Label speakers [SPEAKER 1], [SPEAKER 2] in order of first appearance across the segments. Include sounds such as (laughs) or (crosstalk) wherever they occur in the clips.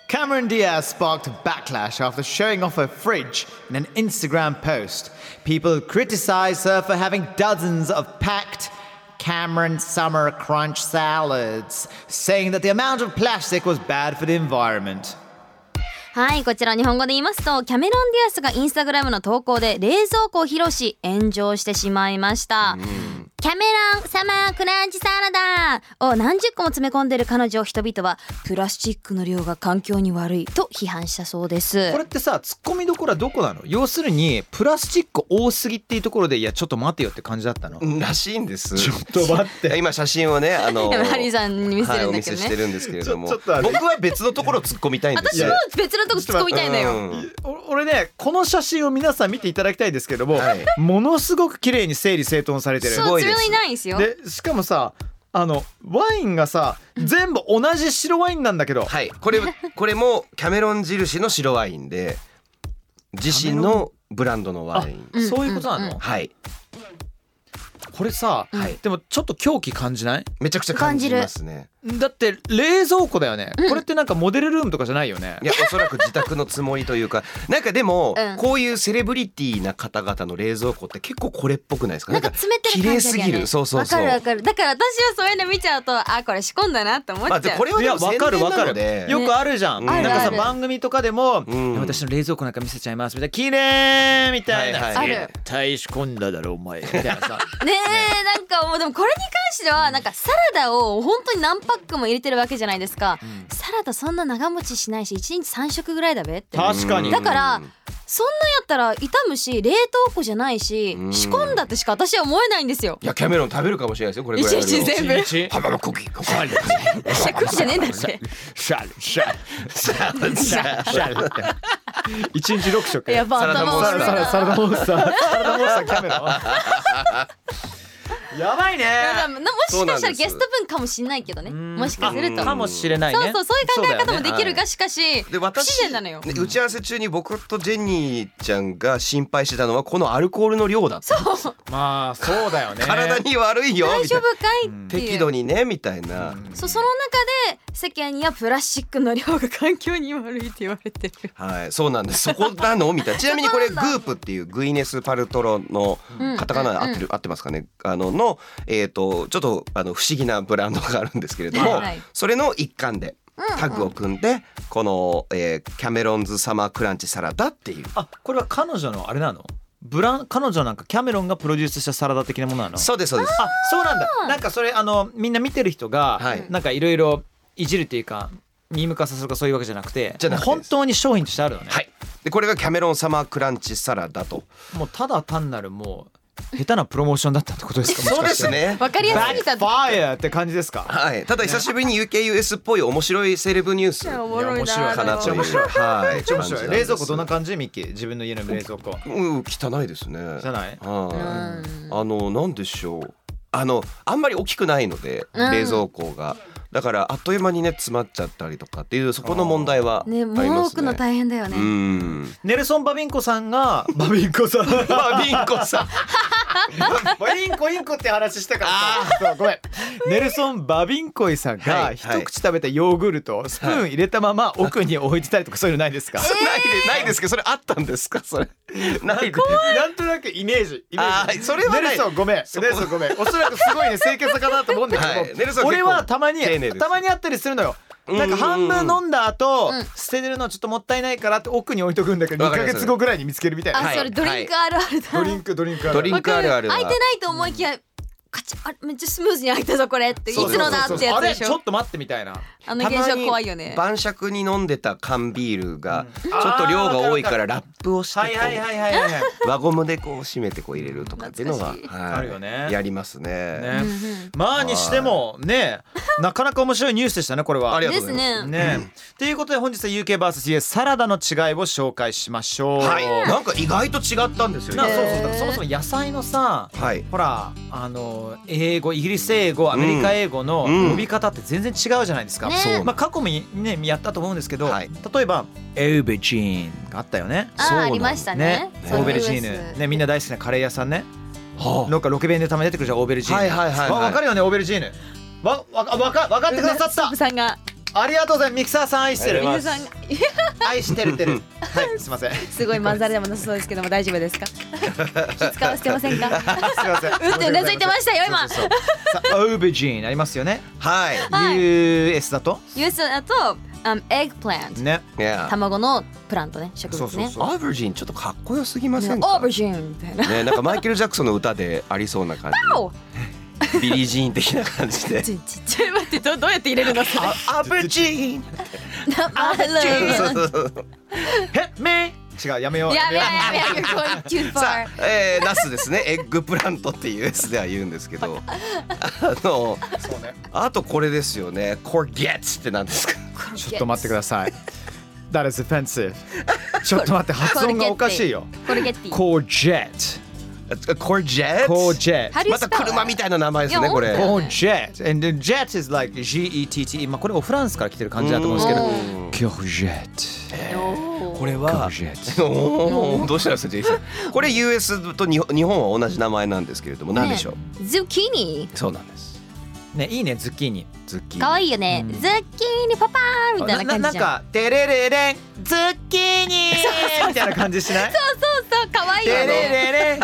[SPEAKER 1] Cameron Diaz sparked backlash after showing off her fridge in an Instagram post. People criticized her for having dozens of packed Cameron summer crunch salads, saying that the amount of plastic was bad for the environment.
[SPEAKER 2] はい、こちら日本語で言いますと、キャメロン・ディアスがインスタグラムの投稿で冷蔵庫を披露し、炎上してしまいました。キャメロンサマークランチサラダを何十個も詰め込んでる彼女を人々は、プラスチックの量が環境に悪いと批判したそうです。
[SPEAKER 3] これってさツッコミどころはどこなの要するにプラスチック多すぎっていうところでいやちょっと待てよって感じだったの、
[SPEAKER 4] らしいんです
[SPEAKER 3] と待っ
[SPEAKER 4] 今写真をねあの
[SPEAKER 2] (laughs) いやハリーさんに見せ
[SPEAKER 4] はい
[SPEAKER 2] るん
[SPEAKER 4] お
[SPEAKER 2] だ
[SPEAKER 4] 見
[SPEAKER 2] けど
[SPEAKER 4] せし
[SPEAKER 2] ね。
[SPEAKER 4] てるんですけれども
[SPEAKER 3] ちょちょっとあれ
[SPEAKER 4] 僕は別のところを突っ込みたいんです
[SPEAKER 2] 私
[SPEAKER 4] よ
[SPEAKER 2] も別のとこ突っ込みたいのよ。
[SPEAKER 4] うん
[SPEAKER 3] お俺ねこの写真を皆さん見ていただきたいですけども、
[SPEAKER 4] はい
[SPEAKER 3] ものすごく綺麗に整理整頓されてる
[SPEAKER 2] そう、it's really nice よ。
[SPEAKER 3] でしかもさあのワインがさ全部同じ白ワインなんだけど、
[SPEAKER 4] はいこれこれもキャメロン印の白ワインで自身のブランドのワイン
[SPEAKER 2] うん
[SPEAKER 3] そういうことなの、
[SPEAKER 2] うん
[SPEAKER 4] はい
[SPEAKER 3] これさ、
[SPEAKER 4] はい
[SPEAKER 3] でもちょっと狂気感じない
[SPEAKER 4] めちゃくちゃ感じますね
[SPEAKER 3] だって冷蔵庫だよね、これってなんかモデルルームとかじゃないよね
[SPEAKER 4] いやおそらく自宅のつもりという
[SPEAKER 2] (laughs)
[SPEAKER 4] かなんかでも、
[SPEAKER 2] うん
[SPEAKER 4] こういうセレブリティな方々の冷蔵庫って結構これっぽくないですか
[SPEAKER 2] なんか詰めてる感じだ
[SPEAKER 4] 綺麗
[SPEAKER 2] よ
[SPEAKER 4] すぎ
[SPEAKER 2] ね。
[SPEAKER 4] るそうそうそう
[SPEAKER 2] わかるわかる。だから私はそういうの見ちゃうと、あ、これ仕込んだなって思っ
[SPEAKER 4] まあ
[SPEAKER 2] ち
[SPEAKER 4] で
[SPEAKER 2] ゃう。
[SPEAKER 4] これはいで
[SPEAKER 3] や
[SPEAKER 4] も
[SPEAKER 3] わかるわか
[SPEAKER 4] 宣
[SPEAKER 3] る、
[SPEAKER 4] 伝なので
[SPEAKER 3] よくあるじゃん、
[SPEAKER 4] うん
[SPEAKER 3] なんか
[SPEAKER 2] あるあ
[SPEAKER 3] さ
[SPEAKER 2] る
[SPEAKER 3] 番組とかでも、
[SPEAKER 4] ん
[SPEAKER 3] 私の冷蔵庫なんか見せちゃいますみたいな綺麗みたいな、
[SPEAKER 4] はい
[SPEAKER 2] あ
[SPEAKER 4] はい
[SPEAKER 2] る
[SPEAKER 3] 大し込んだだろお前みたいな
[SPEAKER 2] (laughs)
[SPEAKER 3] さ
[SPEAKER 2] ねえなんかもうでもこれに関してはなんかサラダを本当に何パックも入れてるわけじゃないですか、サラダそんな長持ちしないし1日3食ぐらいだべってだ
[SPEAKER 3] 確かに
[SPEAKER 4] うん
[SPEAKER 2] からそんなんやったら傷むし冷凍庫じゃないし
[SPEAKER 4] うん
[SPEAKER 2] 仕込んだってしか私は思えない
[SPEAKER 4] (laughs)
[SPEAKER 2] んですよ
[SPEAKER 4] いやキャメロン食べるかもしれないですよこれぐらいの量
[SPEAKER 2] 一日全部
[SPEAKER 3] 一日
[SPEAKER 4] ハバのクッキーここある
[SPEAKER 2] 食事じゃねえんだって
[SPEAKER 3] シャルシャル
[SPEAKER 4] さあ
[SPEAKER 3] シ
[SPEAKER 4] さ
[SPEAKER 3] (laughs) ャルシャル一日六食
[SPEAKER 2] やっ
[SPEAKER 4] (laughs)
[SPEAKER 2] ぱ
[SPEAKER 4] サラダ
[SPEAKER 2] 頭
[SPEAKER 4] モン
[SPEAKER 2] 悪
[SPEAKER 4] ス
[SPEAKER 2] い
[SPEAKER 4] ター
[SPEAKER 2] な
[SPEAKER 3] サラダモンスターサラダモンスターキャメラ (laughs) やばいね
[SPEAKER 2] だからなもしかしたらゲスト分かもしれないけどね
[SPEAKER 3] ん
[SPEAKER 2] もしかすると
[SPEAKER 3] かもしれない
[SPEAKER 2] そう
[SPEAKER 3] ね
[SPEAKER 2] そうそういう考え方もできる
[SPEAKER 3] そうだよね
[SPEAKER 2] がしかし不
[SPEAKER 4] で
[SPEAKER 2] 自
[SPEAKER 4] 私
[SPEAKER 2] 然なのよ
[SPEAKER 4] ね打ち合わせ中に僕とジェニーちゃんが心配してたのはこのアルコールの量だった
[SPEAKER 3] まあそうだよね
[SPEAKER 4] 体に悪いよ
[SPEAKER 2] 大
[SPEAKER 4] みた
[SPEAKER 2] 丈
[SPEAKER 4] いな
[SPEAKER 2] 夫かいっていう
[SPEAKER 4] 適度にねみたいな
[SPEAKER 2] そうその中で世間にはプラスチックの量が環境に悪いって言われてる。
[SPEAKER 4] はい、そうなんです。そこなの
[SPEAKER 2] (laughs)
[SPEAKER 4] みたいな。ちなみにこれグープっていうグイネスパルトロの
[SPEAKER 2] うん
[SPEAKER 4] カタカナで合ってる、合ってますかね。あののえっ、とちょっとあの不思議なブランドがあるんですけれども、
[SPEAKER 2] はい
[SPEAKER 4] それの一環でタッグを組んで、この、えーキャメロンズサマークランチサラダっていう。
[SPEAKER 3] あこれは彼女のあれなのブラン彼女なんかキャメロンがプロデュースしたサラダ的なものなの
[SPEAKER 4] そうですそうです。
[SPEAKER 3] あそうなんだなんかそれあのみんな見てる人が、
[SPEAKER 4] はい
[SPEAKER 3] なんかいろいろいじるっていうかミーム化させるとかそういうわけじゃなくて
[SPEAKER 4] じゃなくて
[SPEAKER 3] 本当に商品としてあるのね、
[SPEAKER 4] はい。でこれがキャメロンサマークランチサラダと。
[SPEAKER 3] (laughs) もうただ単なるもう下手なプロモーションだったってことですか
[SPEAKER 4] そうですね。
[SPEAKER 2] わかりや
[SPEAKER 3] バ
[SPEAKER 2] すすぎた
[SPEAKER 3] ッファイアって感じですか
[SPEAKER 4] はい。ただ久しぶりに UKUS っぽい面白いセレブニュース
[SPEAKER 2] お
[SPEAKER 4] か
[SPEAKER 2] もろいな。
[SPEAKER 4] なという。
[SPEAKER 3] 面白い
[SPEAKER 4] はい。
[SPEAKER 3] 面白い冷蔵庫どんな
[SPEAKER 4] 感
[SPEAKER 3] 感じミッキー自分の家の冷蔵庫
[SPEAKER 4] じなんです。うん汚いですね。
[SPEAKER 3] じゃない
[SPEAKER 4] は
[SPEAKER 2] う
[SPEAKER 4] い、あのなんでしょうあのあんまり大きくないので、
[SPEAKER 2] うん
[SPEAKER 4] 冷蔵庫がだからあっという間にね詰まっちゃったりとかっていうそこの問題はあり
[SPEAKER 2] ね、
[SPEAKER 4] ますね。
[SPEAKER 2] もう多くの大変だよ
[SPEAKER 4] う
[SPEAKER 2] ね。
[SPEAKER 4] ん。
[SPEAKER 3] ネルソン・バビンコさんがバビンコさん
[SPEAKER 4] バビンコさん。
[SPEAKER 3] バビンコインコって話したからさそうごめんネルソン・バビンコイさん
[SPEAKER 4] は
[SPEAKER 3] が
[SPEAKER 4] い
[SPEAKER 3] 一口食べたヨーグルトをスプーン入れたまま奥に置いてたりとかそういうのないです (laughs) か
[SPEAKER 4] ないでないですけどそれあったんですかそれ。ないで。
[SPEAKER 3] なんとなくイメージイメ
[SPEAKER 4] あ
[SPEAKER 3] ージ
[SPEAKER 4] ーそれはない
[SPEAKER 3] ネルソンごめんネル
[SPEAKER 4] そこ
[SPEAKER 3] ソンごめんおそらくすごいね清潔な方だと思うんだけども、
[SPEAKER 4] はいネルソン結構
[SPEAKER 3] 俺はたまに
[SPEAKER 4] 丁寧です
[SPEAKER 3] たまにあったりするのよ
[SPEAKER 4] うん
[SPEAKER 3] なんか半分飲んだ後、
[SPEAKER 2] うん
[SPEAKER 3] 捨ててるのちょっともったいないからって奥に置いとくんだけど2
[SPEAKER 4] わか
[SPEAKER 3] ヶ
[SPEAKER 4] ります
[SPEAKER 3] 月後ぐらいに見つけるみたいな、
[SPEAKER 2] あ、
[SPEAKER 4] はい
[SPEAKER 2] それドリンクあるあるだ。
[SPEAKER 3] ドリンクドリンクある
[SPEAKER 4] ドリンクあるあるは
[SPEAKER 2] 開いてないと思いきや、カチッあめっちゃスムーズに開いたぞこれっていつ
[SPEAKER 3] そうそう
[SPEAKER 2] のだ
[SPEAKER 3] そう
[SPEAKER 2] っ
[SPEAKER 3] そ
[SPEAKER 2] て
[SPEAKER 3] う
[SPEAKER 2] やつで
[SPEAKER 3] あ
[SPEAKER 2] し
[SPEAKER 3] れちょ
[SPEAKER 2] ょ
[SPEAKER 3] っ。と待ってみたいな
[SPEAKER 2] あの現象怖いよね。
[SPEAKER 4] 晩酌に飲んでた缶ビールがちょ
[SPEAKER 3] あ
[SPEAKER 4] っと
[SPEAKER 3] ー
[SPEAKER 4] 量が多いか
[SPEAKER 3] わ
[SPEAKER 4] らラップをしてこう
[SPEAKER 3] いは
[SPEAKER 4] (laughs)
[SPEAKER 3] いはい、
[SPEAKER 4] 輪ゴムでこう締めてこう入れるとかっていうのは
[SPEAKER 2] 懐
[SPEAKER 4] はい
[SPEAKER 3] あるよね
[SPEAKER 4] やりますね。
[SPEAKER 3] ねまあにしてもねなかなか面白いニュースでしたねこれは
[SPEAKER 4] ありがと
[SPEAKER 2] で
[SPEAKER 4] うご
[SPEAKER 2] す
[SPEAKER 4] ざいます。
[SPEAKER 2] ね。
[SPEAKER 3] ねということで本日は UKVSUS サラダの違いを紹介しましょう
[SPEAKER 4] はい。なんか意外と違ったんですよ
[SPEAKER 3] な
[SPEAKER 4] ね。
[SPEAKER 3] そうそうだからそもそも野菜のさ、
[SPEAKER 4] はい
[SPEAKER 3] ほらあの英語イギリス英語アメリカ英語の
[SPEAKER 4] うん
[SPEAKER 3] 呼び方って全然違うじゃないですか、
[SPEAKER 2] ねそう
[SPEAKER 3] まあ、過去もねやったと思うんですけど、
[SPEAKER 4] はい
[SPEAKER 3] 例えばエウベジーンがあったよね
[SPEAKER 2] あーありましたね。
[SPEAKER 3] オ
[SPEAKER 2] そう
[SPEAKER 3] ーベルジ
[SPEAKER 2] そう
[SPEAKER 3] ー
[SPEAKER 2] で
[SPEAKER 3] ヌ、
[SPEAKER 2] す
[SPEAKER 3] ね、みんな大好きなカレー屋さんね
[SPEAKER 4] は
[SPEAKER 3] なんかロケ弁でたまに出てくるじゃんオーベルジーヌ
[SPEAKER 4] はいはいはいはい
[SPEAKER 3] わわかるよねオーベルジーヌわわわかわかってくださっ
[SPEAKER 2] スタッフ
[SPEAKER 3] た
[SPEAKER 2] さんが
[SPEAKER 3] ありがとうございますミキサーさん愛してる
[SPEAKER 2] 皆さんが
[SPEAKER 3] 愛してるてるはいすい
[SPEAKER 4] (laughs)
[SPEAKER 3] ませんすい
[SPEAKER 2] すごいまんざらでもなさそうですけども大丈夫ですか。気使わせてませんか。
[SPEAKER 3] ません
[SPEAKER 2] うってうなずいてましたよ
[SPEAKER 3] そ
[SPEAKER 2] 今
[SPEAKER 3] う。そうそうさあオーベルジーヌありますよね
[SPEAKER 4] はい。
[SPEAKER 2] はい
[SPEAKER 3] US だと
[SPEAKER 2] US だと um, eggplant
[SPEAKER 1] ね。
[SPEAKER 4] Yeah
[SPEAKER 2] 卵のプラントね植
[SPEAKER 4] そう
[SPEAKER 2] 物
[SPEAKER 4] そう
[SPEAKER 2] ね
[SPEAKER 4] そう。アーブジンちょっとかっこよすぎま
[SPEAKER 2] ね
[SPEAKER 4] せん
[SPEAKER 2] オー
[SPEAKER 4] か。
[SPEAKER 2] ブジンみたいな
[SPEAKER 4] ねなんかマイケルジャクソンの歌でありそうな感
[SPEAKER 2] (laughs) パオ
[SPEAKER 4] じ。ビリージーン的な感じで。
[SPEAKER 2] ちょちょちょ待ってどどうやって入れるのそれ
[SPEAKER 4] アーブジン。そ
[SPEAKER 2] I love you
[SPEAKER 4] うそうそう。
[SPEAKER 1] 違う、やめよう。や
[SPEAKER 2] や
[SPEAKER 1] め
[SPEAKER 2] べ
[SPEAKER 1] よ
[SPEAKER 2] やべやべ you're going too
[SPEAKER 4] さ
[SPEAKER 2] far
[SPEAKER 4] あ、えー、ナスですね。エッグプラントっていうやつでは言うんですけど、あの、あとこれですよね。コーゲッツってなんですか。
[SPEAKER 1] う (laughs) ちょっと待ってください。That is offensive. ちょっと待って、発音がおかしいよ。
[SPEAKER 2] コルゲッティ
[SPEAKER 3] コージェッ
[SPEAKER 4] コージェッツ。
[SPEAKER 3] トコージェ
[SPEAKER 2] How
[SPEAKER 3] ット
[SPEAKER 2] do you
[SPEAKER 4] また
[SPEAKER 2] spell it?
[SPEAKER 4] 車みたいな名前です
[SPEAKER 2] い
[SPEAKER 4] ね
[SPEAKER 2] や
[SPEAKER 4] これ。
[SPEAKER 2] 本
[SPEAKER 4] うん
[SPEAKER 2] 当
[SPEAKER 1] コ
[SPEAKER 2] だ
[SPEAKER 1] ージェット。And the jet is like G-E-T-T。まあこれオフランスから来てる感じだと思うんですけど。コージェッ
[SPEAKER 4] これ
[SPEAKER 1] ト。コ
[SPEAKER 4] は
[SPEAKER 1] ー。ジェット。
[SPEAKER 4] おーどうしたんですかジェイさ (laughs) ん。これ U.S. と日本日本は同じ名前なんですけれども、なんでしょう。
[SPEAKER 2] ズッキーニ
[SPEAKER 4] そうなんです。
[SPEAKER 3] ねいいねズッキーニ
[SPEAKER 4] ズッキーニ。
[SPEAKER 2] かわいいよね、ズッキーニパパーンみたいな感じじゃん
[SPEAKER 1] か、テレレレン、ズッキーニーみたいな感じしない
[SPEAKER 2] そうかわいいよ
[SPEAKER 1] テレレ
[SPEAKER 2] ね
[SPEAKER 1] レン、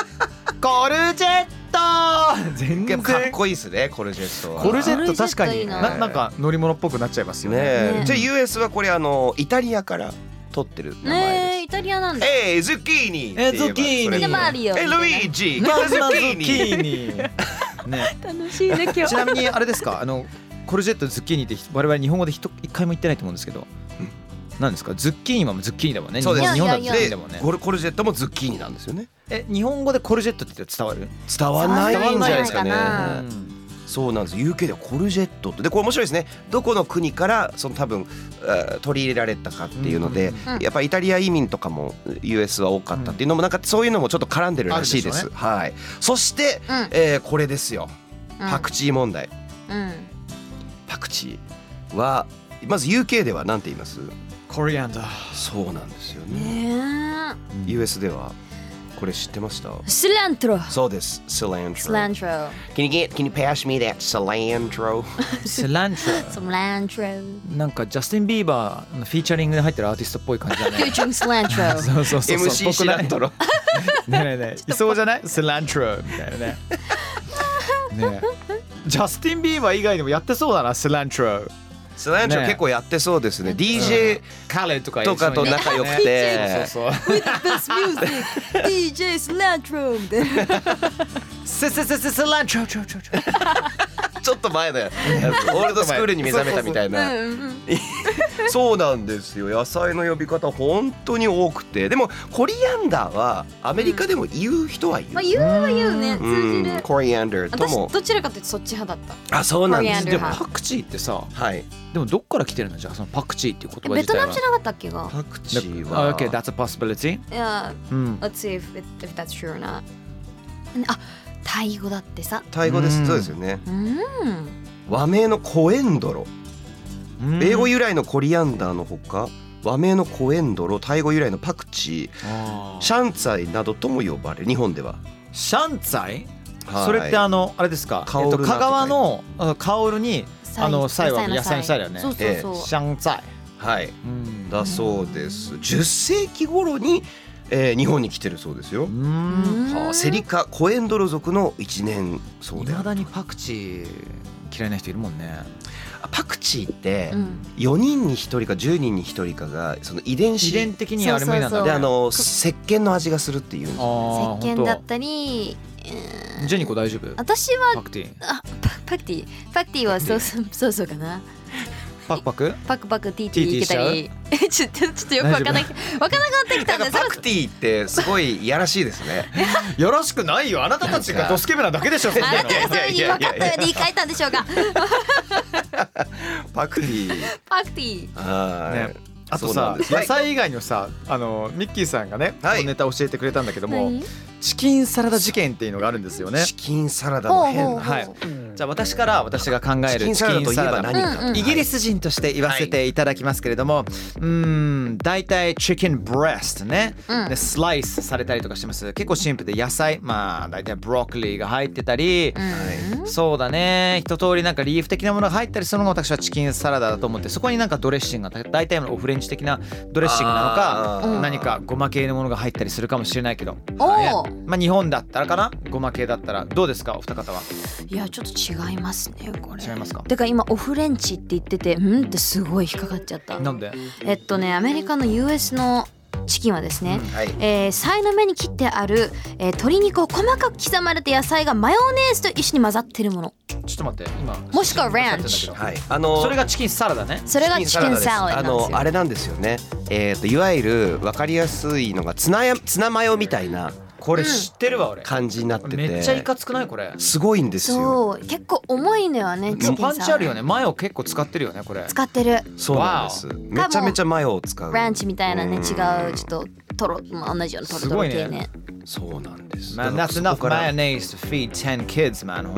[SPEAKER 1] コルジェット全
[SPEAKER 4] や
[SPEAKER 1] 然
[SPEAKER 4] っぱかっこいいですねコルジェットは。
[SPEAKER 1] コルジェ
[SPEAKER 2] コ
[SPEAKER 1] ッ
[SPEAKER 2] ルジェ
[SPEAKER 1] ト
[SPEAKER 2] ット
[SPEAKER 1] 確か
[SPEAKER 2] いい
[SPEAKER 1] に
[SPEAKER 2] な
[SPEAKER 1] ななんか乗り物っぽくなっちゃいますよね
[SPEAKER 4] ねえ
[SPEAKER 2] ね
[SPEAKER 4] じゃあ U.S. はこれあのイタリアから取ってる名前
[SPEAKER 2] ねえイタリアなん
[SPEAKER 4] で
[SPEAKER 2] だ
[SPEAKER 4] す。えー、ズッキーニ
[SPEAKER 3] えーズッキーニ
[SPEAKER 2] でマリオ
[SPEAKER 4] えルイージ
[SPEAKER 3] マン
[SPEAKER 4] ズ
[SPEAKER 3] マ
[SPEAKER 4] ッ
[SPEAKER 3] ズ
[SPEAKER 4] キ
[SPEAKER 3] ッ
[SPEAKER 4] ーニ
[SPEAKER 3] キーニね
[SPEAKER 2] (laughs) 楽しいね今日
[SPEAKER 3] ちなみにあれですかあのコルジェットズッキーニって我々日本語でひと一回も言ってないと思うんですけど何ですかズッキーニはもうズッキーニだもんね
[SPEAKER 4] そうです
[SPEAKER 3] 日本日本
[SPEAKER 2] い
[SPEAKER 3] だ
[SPEAKER 2] や
[SPEAKER 3] と
[SPEAKER 2] い
[SPEAKER 3] ズ
[SPEAKER 2] やい
[SPEAKER 3] ッキーニ
[SPEAKER 4] で
[SPEAKER 3] だもんね
[SPEAKER 4] コルコルジェットもズッキーニなんですよね
[SPEAKER 3] え日本語でコルジェットって言ったら伝わる
[SPEAKER 4] 伝わんない
[SPEAKER 2] 伝わん
[SPEAKER 4] ん
[SPEAKER 2] ない
[SPEAKER 4] じ
[SPEAKER 2] ん
[SPEAKER 4] ゃ
[SPEAKER 2] じ
[SPEAKER 4] な
[SPEAKER 2] ゃ
[SPEAKER 4] い
[SPEAKER 2] な
[SPEAKER 4] で
[SPEAKER 2] い
[SPEAKER 4] す
[SPEAKER 2] か
[SPEAKER 4] かね
[SPEAKER 2] な
[SPEAKER 4] そうなんです UK ではコルジェットってでこれ面白いですねどこの国からその多分あー取り入れられたかっていうので、
[SPEAKER 2] うん
[SPEAKER 4] やっぱイタリア移民とかも US は多かったっていうのもなんかそういうのもちょっと絡んでるらしいです
[SPEAKER 1] ある
[SPEAKER 4] はいそして、
[SPEAKER 2] うん
[SPEAKER 4] えーこれですよパクチー問題、
[SPEAKER 2] うん
[SPEAKER 4] パクチーはまず UK ではなんて言います
[SPEAKER 3] コリアンダー
[SPEAKER 4] そうなんですよね
[SPEAKER 2] ねえ
[SPEAKER 3] (laughs)
[SPEAKER 4] US ではこれ知ってました
[SPEAKER 2] シラントロ
[SPEAKER 4] そうです、cilantro
[SPEAKER 2] スラントロ
[SPEAKER 4] Can you get, can you pass me that cilantro?
[SPEAKER 3] セラント
[SPEAKER 2] スラントロ
[SPEAKER 3] なんかジャスティン・ビーバーのフィーチャリングで入ってるアーティストっぽい感じだ
[SPEAKER 2] フュ
[SPEAKER 3] ね
[SPEAKER 2] ーチュンスラントロ
[SPEAKER 3] (laughs) そうそうそうそう
[SPEAKER 4] MC シラントロ。
[SPEAKER 3] ねえねえ
[SPEAKER 2] (laughs)
[SPEAKER 3] ねえいそうじゃないセラントロみたいなねね
[SPEAKER 1] ジャスティン・ビーバー以外にもやってそうだなセラントロ
[SPEAKER 4] cilantro
[SPEAKER 3] ね
[SPEAKER 4] 結構やってそうですね。DJ
[SPEAKER 3] カレーとか
[SPEAKER 4] とかと仲良
[SPEAKER 3] (laughs)
[SPEAKER 4] くて、
[SPEAKER 3] そうそう
[SPEAKER 2] Best music DJ スラントロみたいな
[SPEAKER 1] セセセセセラントロチョチョチョ
[SPEAKER 4] ちょっと前のやつオールドスクールに目覚めたみたいな。
[SPEAKER 2] (laughs)
[SPEAKER 4] そうなんですよ。野菜の呼び方本当に多くて、でもコリアンダーはアメリカでも言う人は言う。
[SPEAKER 2] まあ言うは言うね通じ
[SPEAKER 4] うん
[SPEAKER 2] る
[SPEAKER 4] コリアンダーと
[SPEAKER 2] 私
[SPEAKER 4] も。
[SPEAKER 2] どちらかというとそっち派だった
[SPEAKER 4] あ、そうなんです。
[SPEAKER 2] コ
[SPEAKER 3] で
[SPEAKER 2] リ
[SPEAKER 4] で
[SPEAKER 2] アンダ
[SPEAKER 4] も
[SPEAKER 2] ー
[SPEAKER 3] もパクチーってさ
[SPEAKER 4] はい。
[SPEAKER 3] でもどっから来てるのじゃあそのパクチーっていう言葉
[SPEAKER 2] ベ
[SPEAKER 3] 自
[SPEAKER 2] ト
[SPEAKER 3] 体
[SPEAKER 2] ナ
[SPEAKER 3] は
[SPEAKER 2] ムじゃなかったっけが
[SPEAKER 4] パクチーは。
[SPEAKER 3] Ah, Okay, that's a possibility.
[SPEAKER 2] いや
[SPEAKER 3] うん。
[SPEAKER 2] Let's see if, it- if that's true or not あタイ語だってさ
[SPEAKER 4] タイ語で
[SPEAKER 3] う
[SPEAKER 4] す。
[SPEAKER 3] ん
[SPEAKER 4] そうですよね。
[SPEAKER 2] うん
[SPEAKER 4] 和名のコエンドロ。英語由来のコリアンダーのほか和名のコエンドロタイ語由来のパクチーシャンツァイなどとも呼ばれ日本では、
[SPEAKER 3] シャンツァイ、
[SPEAKER 4] はい
[SPEAKER 3] それってあのあれですか、
[SPEAKER 4] 香る
[SPEAKER 3] えっ
[SPEAKER 4] な
[SPEAKER 3] と、
[SPEAKER 4] とか
[SPEAKER 3] 香川のあ香るにあのサイは野菜のサイだよね
[SPEAKER 2] そうそうそう、
[SPEAKER 3] シャンツァイ、
[SPEAKER 4] はい、
[SPEAKER 3] うん
[SPEAKER 4] だそうです10世紀頃に、えー日本に来てるそうですよ、
[SPEAKER 2] うん
[SPEAKER 4] はあセリカコエンドロ族の一年そうで
[SPEAKER 3] 未
[SPEAKER 4] ある
[SPEAKER 3] だにパクチー嫌いな人いるもんね
[SPEAKER 4] あパクチーって
[SPEAKER 2] うん
[SPEAKER 4] 4人に1人か10人に1人かがその遺伝
[SPEAKER 3] 自
[SPEAKER 4] 子
[SPEAKER 3] 伝的にはあれ無理なんだ
[SPEAKER 2] そうそうそう
[SPEAKER 4] であの石鹸の味がするっていう
[SPEAKER 3] あー
[SPEAKER 2] 石
[SPEAKER 3] ほ
[SPEAKER 2] 鹸
[SPEAKER 3] ん
[SPEAKER 2] だったり、うん
[SPEAKER 3] とジェニコ大丈夫
[SPEAKER 2] 私は
[SPEAKER 3] パクティ
[SPEAKER 2] あパパクティパクティはそうそうそうそうかな
[SPEAKER 3] パクパク
[SPEAKER 2] パクパクティーティーいけたり (laughs) ちょっとちょっとよくわ
[SPEAKER 3] 大丈夫
[SPEAKER 2] かんないわからなくなってきたん
[SPEAKER 4] な
[SPEAKER 2] で
[SPEAKER 4] ん
[SPEAKER 2] す
[SPEAKER 4] かパクティーってすごいいやらしいですね
[SPEAKER 1] よろしくないよあなたたちがドスケベなだけでしょそん
[SPEAKER 2] あ
[SPEAKER 1] な
[SPEAKER 2] な
[SPEAKER 1] の
[SPEAKER 2] たがそういうふうに分かったように言い換えたんでしょうか
[SPEAKER 4] パクティー
[SPEAKER 2] パクティー
[SPEAKER 4] はい
[SPEAKER 1] ねあと
[SPEAKER 4] そうな
[SPEAKER 1] さ
[SPEAKER 4] んです
[SPEAKER 1] 野菜以外にもさあのミッキーさんがねこ
[SPEAKER 4] はい
[SPEAKER 1] のネタ教えてくれたんだけども
[SPEAKER 2] 何
[SPEAKER 1] チキンサラダ事件っていうのがあるんですよね
[SPEAKER 4] チキンサラダの変な
[SPEAKER 3] はいじゃあ私から私が考える
[SPEAKER 4] チキンサラダといえば何か、
[SPEAKER 2] うんうん
[SPEAKER 1] イギリス人として言わせていただきますけれども、うーん大体チキンブレストね、
[SPEAKER 2] うん
[SPEAKER 1] でスライスされたりとかしてます結構シンプルで野菜まあ大体ブロッコリーが入ってたり、
[SPEAKER 2] うん
[SPEAKER 1] そうだね一通りなんかリーフ的なものが入ったりするのが私はチキンサラダだと思ってそこになんかドレッシングが大体のフレンチ的なドレッシングなの
[SPEAKER 4] あー
[SPEAKER 1] か何かごま系のものが入ったりするかもしれないけど、
[SPEAKER 2] おー
[SPEAKER 1] まあ日本だったらかなごま系だったらどうですかお二方は
[SPEAKER 2] いやちょっと違いますねこれ
[SPEAKER 5] 違いますか
[SPEAKER 2] てか今オフレンチって言っててうんってすごい引っかかっちゃった
[SPEAKER 5] なんで
[SPEAKER 2] えっとねアメリカの US のチキンはですね、えー、さいの目に切ってある、えー、鶏肉を細かく刻まれた野菜がマヨネーズと一緒に混ざってるもの
[SPEAKER 5] ちょっと待って今
[SPEAKER 2] もしく
[SPEAKER 5] 写
[SPEAKER 2] は
[SPEAKER 5] 真
[SPEAKER 2] ランチ
[SPEAKER 5] 出されてんだ
[SPEAKER 4] はいあの
[SPEAKER 5] けどそれがチキンサラダね
[SPEAKER 2] それがチキンサラダ
[SPEAKER 4] あ
[SPEAKER 2] なんです
[SPEAKER 4] の
[SPEAKER 2] よ
[SPEAKER 4] あれなんですよね。えっ、といわゆるわかりやすいのがツナやツナマヨみたいな
[SPEAKER 5] これ知ってるわ俺
[SPEAKER 4] 感じになってて、
[SPEAKER 5] めっちゃいかつくないこれ
[SPEAKER 4] すごいんですよ。
[SPEAKER 2] そう結構重いのよねチキンサ
[SPEAKER 5] パ
[SPEAKER 2] ラ
[SPEAKER 5] ン
[SPEAKER 2] ダ
[SPEAKER 5] チあるよね前を結構使ってるよねこれ
[SPEAKER 2] 使ってる
[SPEAKER 4] そうなんです。めちゃめちゃマヨを使う。
[SPEAKER 2] ランチみたいなね
[SPEAKER 4] うん
[SPEAKER 2] 違うちょっとトロまあ同じようなトロトロ系
[SPEAKER 5] すごい
[SPEAKER 2] ね
[SPEAKER 5] ね
[SPEAKER 4] そうなんです。
[SPEAKER 3] Man,
[SPEAKER 4] だか
[SPEAKER 3] that's
[SPEAKER 4] らそ
[SPEAKER 3] enough
[SPEAKER 4] こから
[SPEAKER 3] mayonnaise to feed 10 kids, man.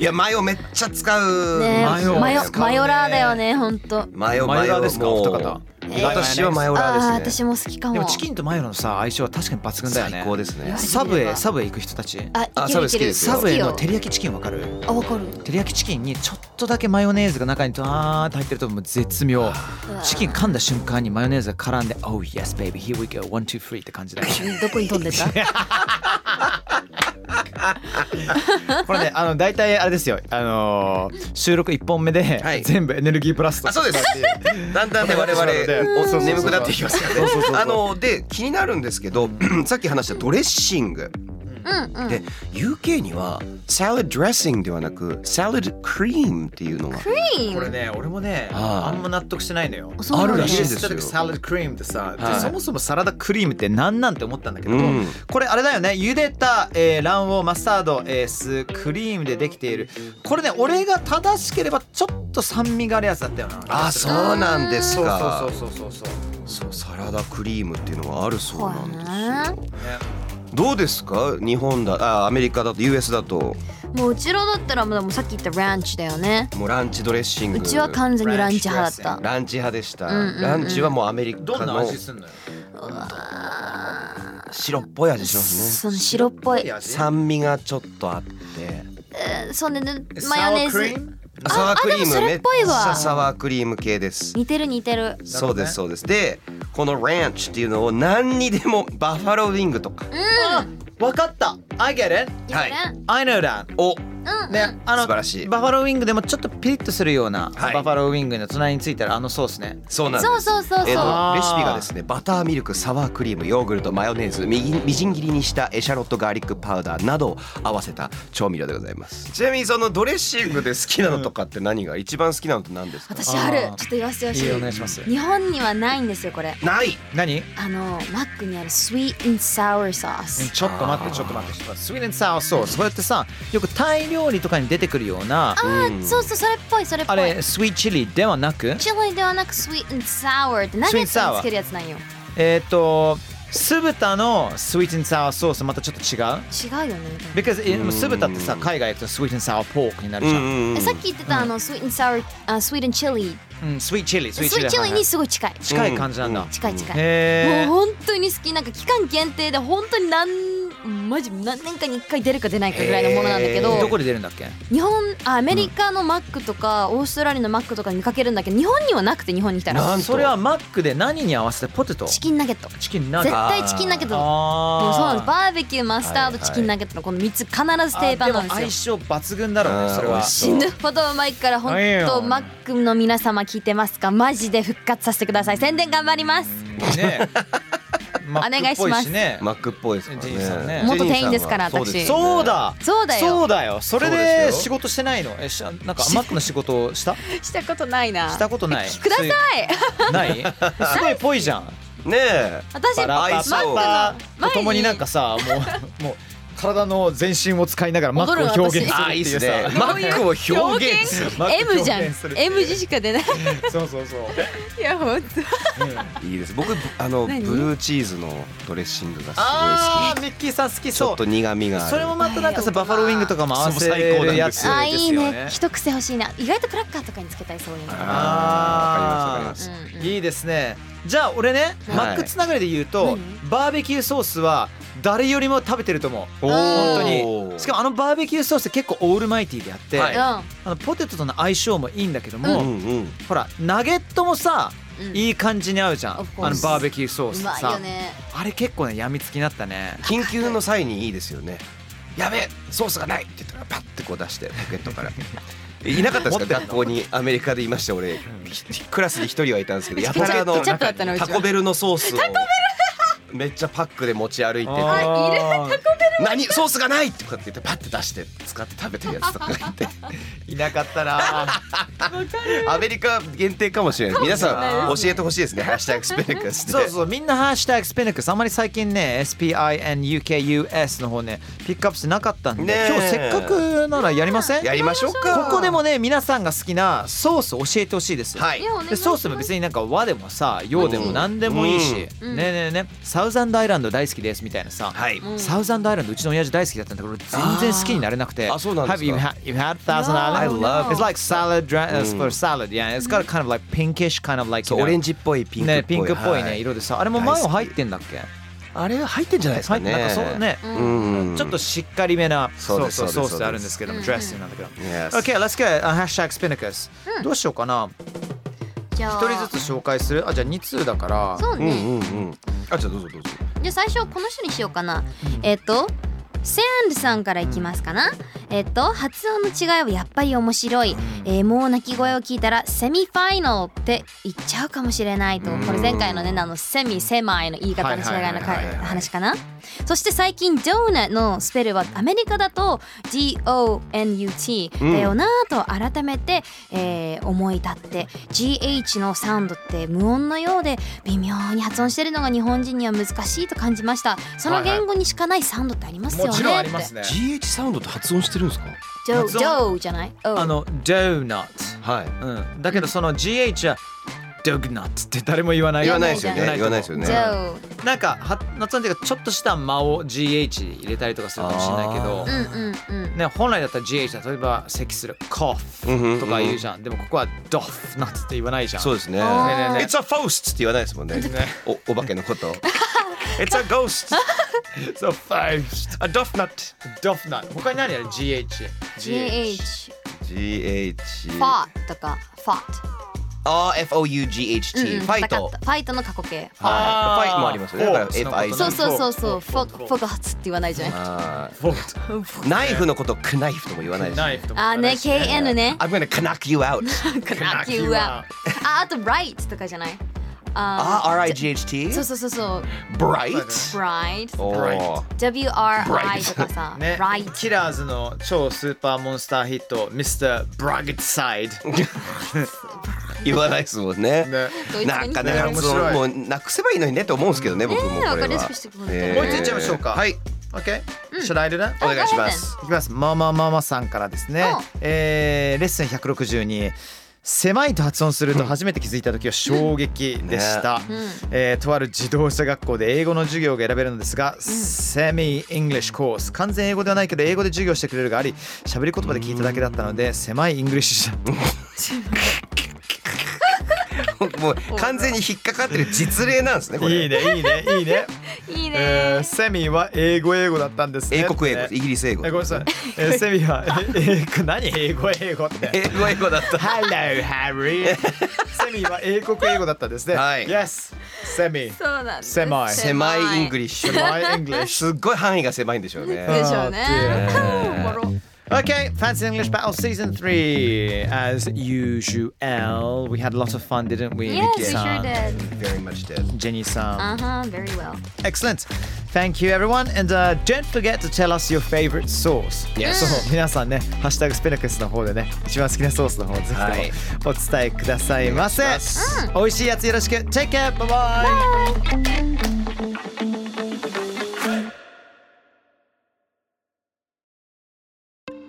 [SPEAKER 4] いやマヨめっちゃ使う。
[SPEAKER 2] ねマ
[SPEAKER 5] マ
[SPEAKER 2] ヨ
[SPEAKER 5] ヨ
[SPEAKER 2] マヨ
[SPEAKER 5] 使うね
[SPEAKER 2] ラーだよねほんと
[SPEAKER 4] マヨ
[SPEAKER 5] マヨ
[SPEAKER 4] マヨ
[SPEAKER 5] ラーですか
[SPEAKER 4] もう
[SPEAKER 5] お二方
[SPEAKER 4] 私はマヨラ
[SPEAKER 2] あ
[SPEAKER 4] ー
[SPEAKER 2] あ
[SPEAKER 4] ですね。
[SPEAKER 2] 私も好きかも
[SPEAKER 5] でもチキンとマヨのさ相性は確かに抜群だよね
[SPEAKER 4] 最高ですね。
[SPEAKER 5] サブウェイサブウェイ行く人たち
[SPEAKER 2] あい
[SPEAKER 4] あ
[SPEAKER 2] ける
[SPEAKER 4] サブ好
[SPEAKER 2] いけ
[SPEAKER 4] き
[SPEAKER 2] る
[SPEAKER 4] ですよ
[SPEAKER 5] サブウェイの
[SPEAKER 2] 好き
[SPEAKER 5] 照
[SPEAKER 2] よ
[SPEAKER 5] り焼きチキンわかる
[SPEAKER 2] あわかる
[SPEAKER 5] 照り焼きチキンにちょっとだけマヨネーズが中にドワーンと入ってるともう絶妙チキン噛んだ瞬間にマヨネーズが絡んで「Oh yes baby here we go one two three」って感じだよね
[SPEAKER 2] どこに飛んでた
[SPEAKER 3] これね、あの大体あれですよ。あのー収録1本目で、
[SPEAKER 4] はい
[SPEAKER 3] 全部エネルギープラスと
[SPEAKER 4] あそうですだんだ
[SPEAKER 5] (laughs)
[SPEAKER 4] んね我々お眠くなっていきますからねあので気になるんですけど (clears throat) さっき話したドレッシング
[SPEAKER 2] うんうん
[SPEAKER 4] で UK にはサラダドレッシングではなくサラダクリームっていうのが
[SPEAKER 2] こ
[SPEAKER 5] これね俺もね
[SPEAKER 4] あー
[SPEAKER 5] あんま納得してないのよ
[SPEAKER 2] そうなんだあるらしい
[SPEAKER 4] んです
[SPEAKER 5] イ
[SPEAKER 4] よ
[SPEAKER 5] エスタルサラダクリームってさ、で
[SPEAKER 4] はい
[SPEAKER 5] そもそもサラダクリームって何なんて思ったんだけど、
[SPEAKER 4] うん
[SPEAKER 3] これあれだよね茹でた、えー卵黄マスタード、えー酢クリームでできているこれね俺が正しければちょっと酸味があるやつだったよな
[SPEAKER 4] あそうなんです
[SPEAKER 5] そう
[SPEAKER 4] か
[SPEAKER 5] そうそうそうそう
[SPEAKER 4] そうサラダクリームっていうのがあるそうなんで
[SPEAKER 2] ね
[SPEAKER 4] すよどうですか日本だあアメリカだと US だと
[SPEAKER 2] もううちのだったらもうさっき言ったランチだよね
[SPEAKER 4] もうランチドレッシング
[SPEAKER 2] うちは完全にランチ派だった
[SPEAKER 4] ランチ派でした、
[SPEAKER 2] うんうん
[SPEAKER 4] ランチはもうアメリカの
[SPEAKER 5] どんな味すんのよ
[SPEAKER 4] 白っぽい味しますね
[SPEAKER 2] その白っぽい
[SPEAKER 4] 酸味がちょっとあって
[SPEAKER 2] そうねねマヨネー
[SPEAKER 5] サワークリム
[SPEAKER 4] サワークリー
[SPEAKER 2] ズあでも
[SPEAKER 4] ム
[SPEAKER 2] それ
[SPEAKER 4] め
[SPEAKER 2] っ
[SPEAKER 4] っ
[SPEAKER 2] ぽい
[SPEAKER 4] ち
[SPEAKER 2] わ
[SPEAKER 4] ゃサワークリーム系です
[SPEAKER 2] 似てる似てる
[SPEAKER 4] そうですそうですでこのランチっていうのを何にでもバッファローウィングとか
[SPEAKER 3] わかった I get it
[SPEAKER 4] はい
[SPEAKER 2] やる
[SPEAKER 3] I know that
[SPEAKER 4] を
[SPEAKER 3] ね、あの
[SPEAKER 4] 素晴らしい
[SPEAKER 3] バファローウィングでもちょっとピリッとするような、
[SPEAKER 4] はい
[SPEAKER 3] バファローウィングの隣についてるあのソースね
[SPEAKER 4] そうなんです
[SPEAKER 2] そうそうそうそう
[SPEAKER 4] えーと
[SPEAKER 3] あー
[SPEAKER 4] レシピがですねバターミルクサワークリームヨーグルトマヨネーズみぎみじん切りにしたエシャロットガーリックパウダーなどを合わせた調味料でございますちなみにそのドレッシングで好きなのとかって何が一番好きなのって何ですか
[SPEAKER 2] 私あるちょっと言わせてほしい
[SPEAKER 5] お願いします
[SPEAKER 2] 日本にはないんですよこれ
[SPEAKER 4] ない
[SPEAKER 3] 何
[SPEAKER 2] あのマックにある sweet and sour sauce
[SPEAKER 3] ちょっと待ってちょっと待ってちょっと待ってスウィーデンサーソースこれってさよくタイ料理とかに出てくるようなあ
[SPEAKER 2] あーそうそうそれっぽいそれっぽい
[SPEAKER 3] れスウィーチリではなく
[SPEAKER 2] チリではなく sweet and sour ってナゲットにつけるやつなんよ
[SPEAKER 3] えっ、と酢豚のスウィーチンサワーソースまたちょっと違う
[SPEAKER 2] 違うよねみたいな
[SPEAKER 3] Because it-
[SPEAKER 4] うん
[SPEAKER 3] 酢豚ってさ海外行くとスウィーチンサワーポークになるじゃん、うん
[SPEAKER 2] えさっき言ってたあの sweet and sour あ sweet and chili
[SPEAKER 3] スイーチリスイー
[SPEAKER 2] sweet
[SPEAKER 3] チリ
[SPEAKER 2] chili にすごい近い
[SPEAKER 3] 近い感じなんだ、
[SPEAKER 2] 近い近い
[SPEAKER 3] へ
[SPEAKER 2] もう本当に好きなんか期間限定で本当に何マジ何年かに1回出るか出ないかぐらいのものなんだけど
[SPEAKER 3] えどこで出るんだっけ
[SPEAKER 2] 日本あアメリカのマックとか、オーストラリアのマックとかに見かけるんだけど日本にはなくて日本に来たら
[SPEAKER 4] なんと
[SPEAKER 3] それはマックで何に合わせてポテト
[SPEAKER 2] チキンナゲット
[SPEAKER 3] チキンナゲ
[SPEAKER 2] 絶
[SPEAKER 3] ット
[SPEAKER 2] 対チキンナゲットでもそうなん
[SPEAKER 3] あ
[SPEAKER 2] ですバーベキューマスタードチキンナゲットのこの3つ必ず定番なん
[SPEAKER 3] あ
[SPEAKER 2] で
[SPEAKER 3] も相
[SPEAKER 2] すよ
[SPEAKER 3] 性抜群だろう
[SPEAKER 4] あ
[SPEAKER 3] ね
[SPEAKER 4] ー
[SPEAKER 3] それは
[SPEAKER 4] 美味し
[SPEAKER 2] 死ぬほどうまいから本当マックの皆様聞いてますかマジで復活させてください宣伝頑張ります
[SPEAKER 3] ねマックっぽしね
[SPEAKER 4] マックっぽいです
[SPEAKER 3] ジェニー
[SPEAKER 4] か
[SPEAKER 3] さ
[SPEAKER 4] ら
[SPEAKER 3] ん
[SPEAKER 4] ね
[SPEAKER 3] ね
[SPEAKER 2] 元店員ですから
[SPEAKER 4] ジェニーさんは
[SPEAKER 2] 私
[SPEAKER 3] そうだ
[SPEAKER 2] そうだよ
[SPEAKER 3] そうだよそれ
[SPEAKER 4] そうで
[SPEAKER 3] です
[SPEAKER 4] よ
[SPEAKER 3] 仕事してないのえしなんかマックの仕事を (laughs) した
[SPEAKER 2] したことないな
[SPEAKER 3] したことない
[SPEAKER 2] ください
[SPEAKER 3] ない
[SPEAKER 2] (laughs)
[SPEAKER 3] すごいぽいじゃん
[SPEAKER 4] ねえ
[SPEAKER 2] 私
[SPEAKER 3] バラ
[SPEAKER 2] マ
[SPEAKER 3] バ
[SPEAKER 2] ッ
[SPEAKER 3] ラ
[SPEAKER 2] ク
[SPEAKER 4] そう
[SPEAKER 2] の
[SPEAKER 3] と
[SPEAKER 2] 前
[SPEAKER 3] ともに
[SPEAKER 2] に
[SPEAKER 3] なんかさも
[SPEAKER 2] (laughs)
[SPEAKER 3] うもう体の全身を使いながらマックを表現する
[SPEAKER 4] あ
[SPEAKER 3] っ
[SPEAKER 4] ー
[SPEAKER 3] て
[SPEAKER 4] いいで
[SPEAKER 3] い
[SPEAKER 4] す
[SPEAKER 3] うさ
[SPEAKER 4] ねマックを表現する
[SPEAKER 3] マック
[SPEAKER 2] M じゃん
[SPEAKER 3] 表現するっていう
[SPEAKER 2] M 字しか出ない
[SPEAKER 3] そうそうそう
[SPEAKER 2] いや本当
[SPEAKER 4] いいです僕あのブ
[SPEAKER 2] 何
[SPEAKER 4] ルーチーズのドレッシングがすごい
[SPEAKER 3] あ
[SPEAKER 4] 好
[SPEAKER 3] ーミッキーさん好き
[SPEAKER 4] きちょ
[SPEAKER 3] そ
[SPEAKER 4] っと
[SPEAKER 3] う
[SPEAKER 4] 苦味がある
[SPEAKER 3] それもまたなんかさバファローウィングとかも合わせ
[SPEAKER 4] そう最高な
[SPEAKER 3] る
[SPEAKER 4] んで
[SPEAKER 3] や
[SPEAKER 4] す
[SPEAKER 3] つ
[SPEAKER 4] よ
[SPEAKER 2] あ
[SPEAKER 3] で
[SPEAKER 2] い
[SPEAKER 3] す
[SPEAKER 2] い
[SPEAKER 3] よ
[SPEAKER 2] ね
[SPEAKER 3] ね
[SPEAKER 2] 一癖欲しいな意外とクラッカーとかにつけたりそういうの
[SPEAKER 4] あーわかりますわかります
[SPEAKER 2] うんうん
[SPEAKER 3] いいですねじゃあ俺ね、
[SPEAKER 4] はい
[SPEAKER 3] マックつながりで言うとバーベキューソースは誰よりも食べてると思う
[SPEAKER 4] おー
[SPEAKER 3] 本当にしかもあのバーベキューソースって結構オールマイティーであって、
[SPEAKER 4] はい
[SPEAKER 3] あのポテトとの相性もいいんだけども、
[SPEAKER 4] うんうん
[SPEAKER 3] ほらナゲットもさ
[SPEAKER 2] うんうん
[SPEAKER 3] いい感じに合うじゃん、
[SPEAKER 2] Of
[SPEAKER 3] あ
[SPEAKER 2] course
[SPEAKER 3] のバーベキューソー
[SPEAKER 2] う
[SPEAKER 3] スって
[SPEAKER 2] まい
[SPEAKER 3] さ、
[SPEAKER 2] よね
[SPEAKER 3] あれ結構ねやみつきになったね
[SPEAKER 4] 緊急の際にいいですよねやべえソースがないって言ったらパッてこう出してポケットからいなかったですか学校にアメリカでいました俺ひクラスに一人はいたんですけどやたらあの
[SPEAKER 6] ケチャップだったのうちは
[SPEAKER 4] タコベルのソースをめっちゃパックで持ち歩いてて
[SPEAKER 3] あー
[SPEAKER 4] 何ソースがないとかって言ってパッて出して使って食べてるやつとかいて
[SPEAKER 1] いなかったな
[SPEAKER 2] (laughs)
[SPEAKER 4] アメリカ限定かもしれない皆さん教えてほしいですね「ハッシュタグスペルカス」で
[SPEAKER 3] そうそうみんな「ハッシュタグスペネックス」あんまり最近ね SPINUKUS の方ねピックアップしてなかったんで、
[SPEAKER 4] ねえ
[SPEAKER 3] 今日せっかくならやりません
[SPEAKER 4] やりましょうか
[SPEAKER 3] ここでもね皆さんが好きなソース教えてほしいですよ
[SPEAKER 4] はい
[SPEAKER 2] やお願いし
[SPEAKER 3] で
[SPEAKER 2] ます
[SPEAKER 3] ソースも別になんか和でもさ洋でも何でもいいし、
[SPEAKER 2] ん
[SPEAKER 3] ねえねえねえサウザンドアイランド大好きですみたいなさ、
[SPEAKER 4] はい
[SPEAKER 3] サウザンドアイランドうちの親父大好きだったんだけど俺全然好きになれなくて
[SPEAKER 4] あそうなんですか
[SPEAKER 3] Have you had, you had Thousand Island?
[SPEAKER 4] No, I love
[SPEAKER 3] It's like salad dra- for salad yeah It's got a kind of like pinkish kind of like
[SPEAKER 4] そう
[SPEAKER 3] you know-
[SPEAKER 4] オレンジっぽいピンクっぽい
[SPEAKER 3] ねピンクっぽいね
[SPEAKER 4] は
[SPEAKER 3] 色でさあれも
[SPEAKER 4] 大好
[SPEAKER 3] マ
[SPEAKER 4] き
[SPEAKER 3] ヨ入ってんだっけ
[SPEAKER 4] あれ入ってんじゃないですか
[SPEAKER 3] 入って
[SPEAKER 4] ね
[SPEAKER 3] なんかそうね
[SPEAKER 4] うん
[SPEAKER 3] ちょっとしっかりめな
[SPEAKER 4] そう
[SPEAKER 3] そ
[SPEAKER 4] で
[SPEAKER 3] う
[SPEAKER 4] す
[SPEAKER 3] そう
[SPEAKER 4] そ
[SPEAKER 3] ソ
[SPEAKER 4] うです
[SPEAKER 3] ースあるんですけどもドレッシングなんだけど
[SPEAKER 4] Yes
[SPEAKER 3] OK let's go uh, hashtag spinnacus どうしようかな
[SPEAKER 2] じゃ
[SPEAKER 3] 一
[SPEAKER 2] あ
[SPEAKER 3] 人ずつ紹介するあじゃあ2通だから
[SPEAKER 2] そう
[SPEAKER 4] うんう
[SPEAKER 2] ね、
[SPEAKER 4] んうんあじゃあどうぞどうぞ
[SPEAKER 2] じゃあ最初この人にしようかな、えっとセアンルさんからいきますかな、えっと発音の違いはやっぱり面白い、えーもう泣き声を聞いたらセミファイナルって言っちゃうかもしれないと、これ前回のねあのセミセマイの言い方の違いのか
[SPEAKER 3] はいはいはいはい
[SPEAKER 2] 話かなそして最近ドーナのスペルはアメリカだと DONUT だよなぁと改めて、えー思い立って GH のサウンドって無音のようで微妙に発音してるのが日本人には難しいと感じましたその言語にしかないサウンドってありますよね
[SPEAKER 3] もちろんあります
[SPEAKER 2] って
[SPEAKER 3] ね
[SPEAKER 4] GH サウンドって発音してるんですか
[SPEAKER 2] ジョー
[SPEAKER 3] 発
[SPEAKER 2] ジ
[SPEAKER 3] 音
[SPEAKER 2] ョーじゃないおう
[SPEAKER 3] あのドーナ
[SPEAKER 4] はい
[SPEAKER 3] ツうんだけどその GH はドグナッツって誰も言わない
[SPEAKER 4] 言わないですよね
[SPEAKER 3] 言わない
[SPEAKER 4] 言わないですよね
[SPEAKER 2] ジョー
[SPEAKER 3] なんかは夏なんていうかちょっとした間を GH で入れたりとかするかもしれないけ
[SPEAKER 2] う
[SPEAKER 3] ど
[SPEAKER 2] んうんうん
[SPEAKER 3] ね、本来だったら GH だ例えば咳する cough とか言うじゃん、でもここは doff なんつって言わないじゃん
[SPEAKER 4] そうですね
[SPEAKER 2] あ
[SPEAKER 3] ー
[SPEAKER 4] It's a faust って言わないですもんねおお化けのこと
[SPEAKER 2] (laughs)
[SPEAKER 4] It's a ghost
[SPEAKER 3] So five
[SPEAKER 4] a dof nut
[SPEAKER 3] doff な他に何やる GH
[SPEAKER 2] GH
[SPEAKER 4] GH
[SPEAKER 2] ファーとかファー
[SPEAKER 4] RFOUGHT ファイト
[SPEAKER 2] ファイトの過去形
[SPEAKER 3] あー
[SPEAKER 4] はいファイトもありますよねだから
[SPEAKER 3] フォー
[SPEAKER 4] FI
[SPEAKER 2] そうそうそうそうフォフォガツって言わないじゃない
[SPEAKER 4] あー
[SPEAKER 3] Fault
[SPEAKER 4] ナイフのことクナイフとも言わないです
[SPEAKER 3] ナイフとか
[SPEAKER 2] あーね KN ね
[SPEAKER 4] I'm gonna knock you
[SPEAKER 2] (laughs)
[SPEAKER 4] out
[SPEAKER 2] あ
[SPEAKER 3] Knock you out
[SPEAKER 2] (laughs)
[SPEAKER 3] Ah.
[SPEAKER 2] ああと right Ah, とかじゃない Um, あ
[SPEAKER 4] RIGHT
[SPEAKER 2] そうそうそうそう
[SPEAKER 4] Bright
[SPEAKER 2] right
[SPEAKER 4] おー
[SPEAKER 2] WRI (laughs) とかさ
[SPEAKER 3] Oh. (laughs) ね、
[SPEAKER 2] right
[SPEAKER 3] キラーズの超スーパーモンスターヒット Mr.
[SPEAKER 4] (laughs)
[SPEAKER 3] Brightside
[SPEAKER 4] 言わないですもんね
[SPEAKER 2] (laughs)
[SPEAKER 3] ね
[SPEAKER 4] なんかね、
[SPEAKER 3] 面白い
[SPEAKER 4] もうなくせばいいのにねと思うんですけどね、僕もこれは。
[SPEAKER 2] わかりやすくしてくれた
[SPEAKER 4] えー
[SPEAKER 3] もう一ついっちゃいましょうか
[SPEAKER 4] はい、
[SPEAKER 3] OK、should I do that?
[SPEAKER 4] お願いします。
[SPEAKER 3] いきますママママさんからですね
[SPEAKER 2] うん、
[SPEAKER 3] えーレッスン162狭いと発音すると初めて気づいた時は衝撃でした、えーとある自動車学校で英語の授業が選べるのですが、セミ・イングリッシュコース完全英語ではないけど英語で授業してくれるがあり喋り言葉で聞いただけだったので、狭いイングリッシュじ
[SPEAKER 4] (laughs) もう完全に引っかかってる実例なんですね、
[SPEAKER 3] ゃ
[SPEAKER 4] こ
[SPEAKER 3] ん
[SPEAKER 4] れ。
[SPEAKER 3] いいねいいねいいね、
[SPEAKER 2] いい
[SPEAKER 3] (laughs) えー
[SPEAKER 2] ね
[SPEAKER 3] セミは英語英語だったんですね
[SPEAKER 4] 英国英語
[SPEAKER 3] え、
[SPEAKER 4] イギリス英語。
[SPEAKER 3] ごめんなさい、えーセミはえ英語何英語英語って
[SPEAKER 4] 英語英語だった。
[SPEAKER 3] Hello, Harry. (laughs) セミは英国英語だったんですね。
[SPEAKER 4] はい
[SPEAKER 3] Yes. セミ。
[SPEAKER 2] そうなんです
[SPEAKER 3] 狭い
[SPEAKER 4] 狭いイングリッシュ。
[SPEAKER 3] My English.
[SPEAKER 4] すっごい範囲が狭いんでしょうね。
[SPEAKER 2] でしょうね (laughs) おもろ
[SPEAKER 3] Okay, Fancy English Battle Season 3. As usual, we had a lot of fun, didn't we?
[SPEAKER 2] Yes, we sure
[SPEAKER 3] Miki-san,
[SPEAKER 2] did
[SPEAKER 4] Very much dead.
[SPEAKER 3] Jenny san.
[SPEAKER 2] Uh huh, very well.
[SPEAKER 3] Excellent. Thank you everyone. And、uh, don't forget to tell us your favorite sauce.
[SPEAKER 4] Yes.
[SPEAKER 3] そう皆さんね、ハッシュタグスペナクスの方でね、一番好きなソースの方をぜひとも
[SPEAKER 4] はい
[SPEAKER 3] お伝えくださいませ。
[SPEAKER 4] お願いします
[SPEAKER 3] 美味しいやつよろしく。Take care. Bye bye.
[SPEAKER 7] Spotify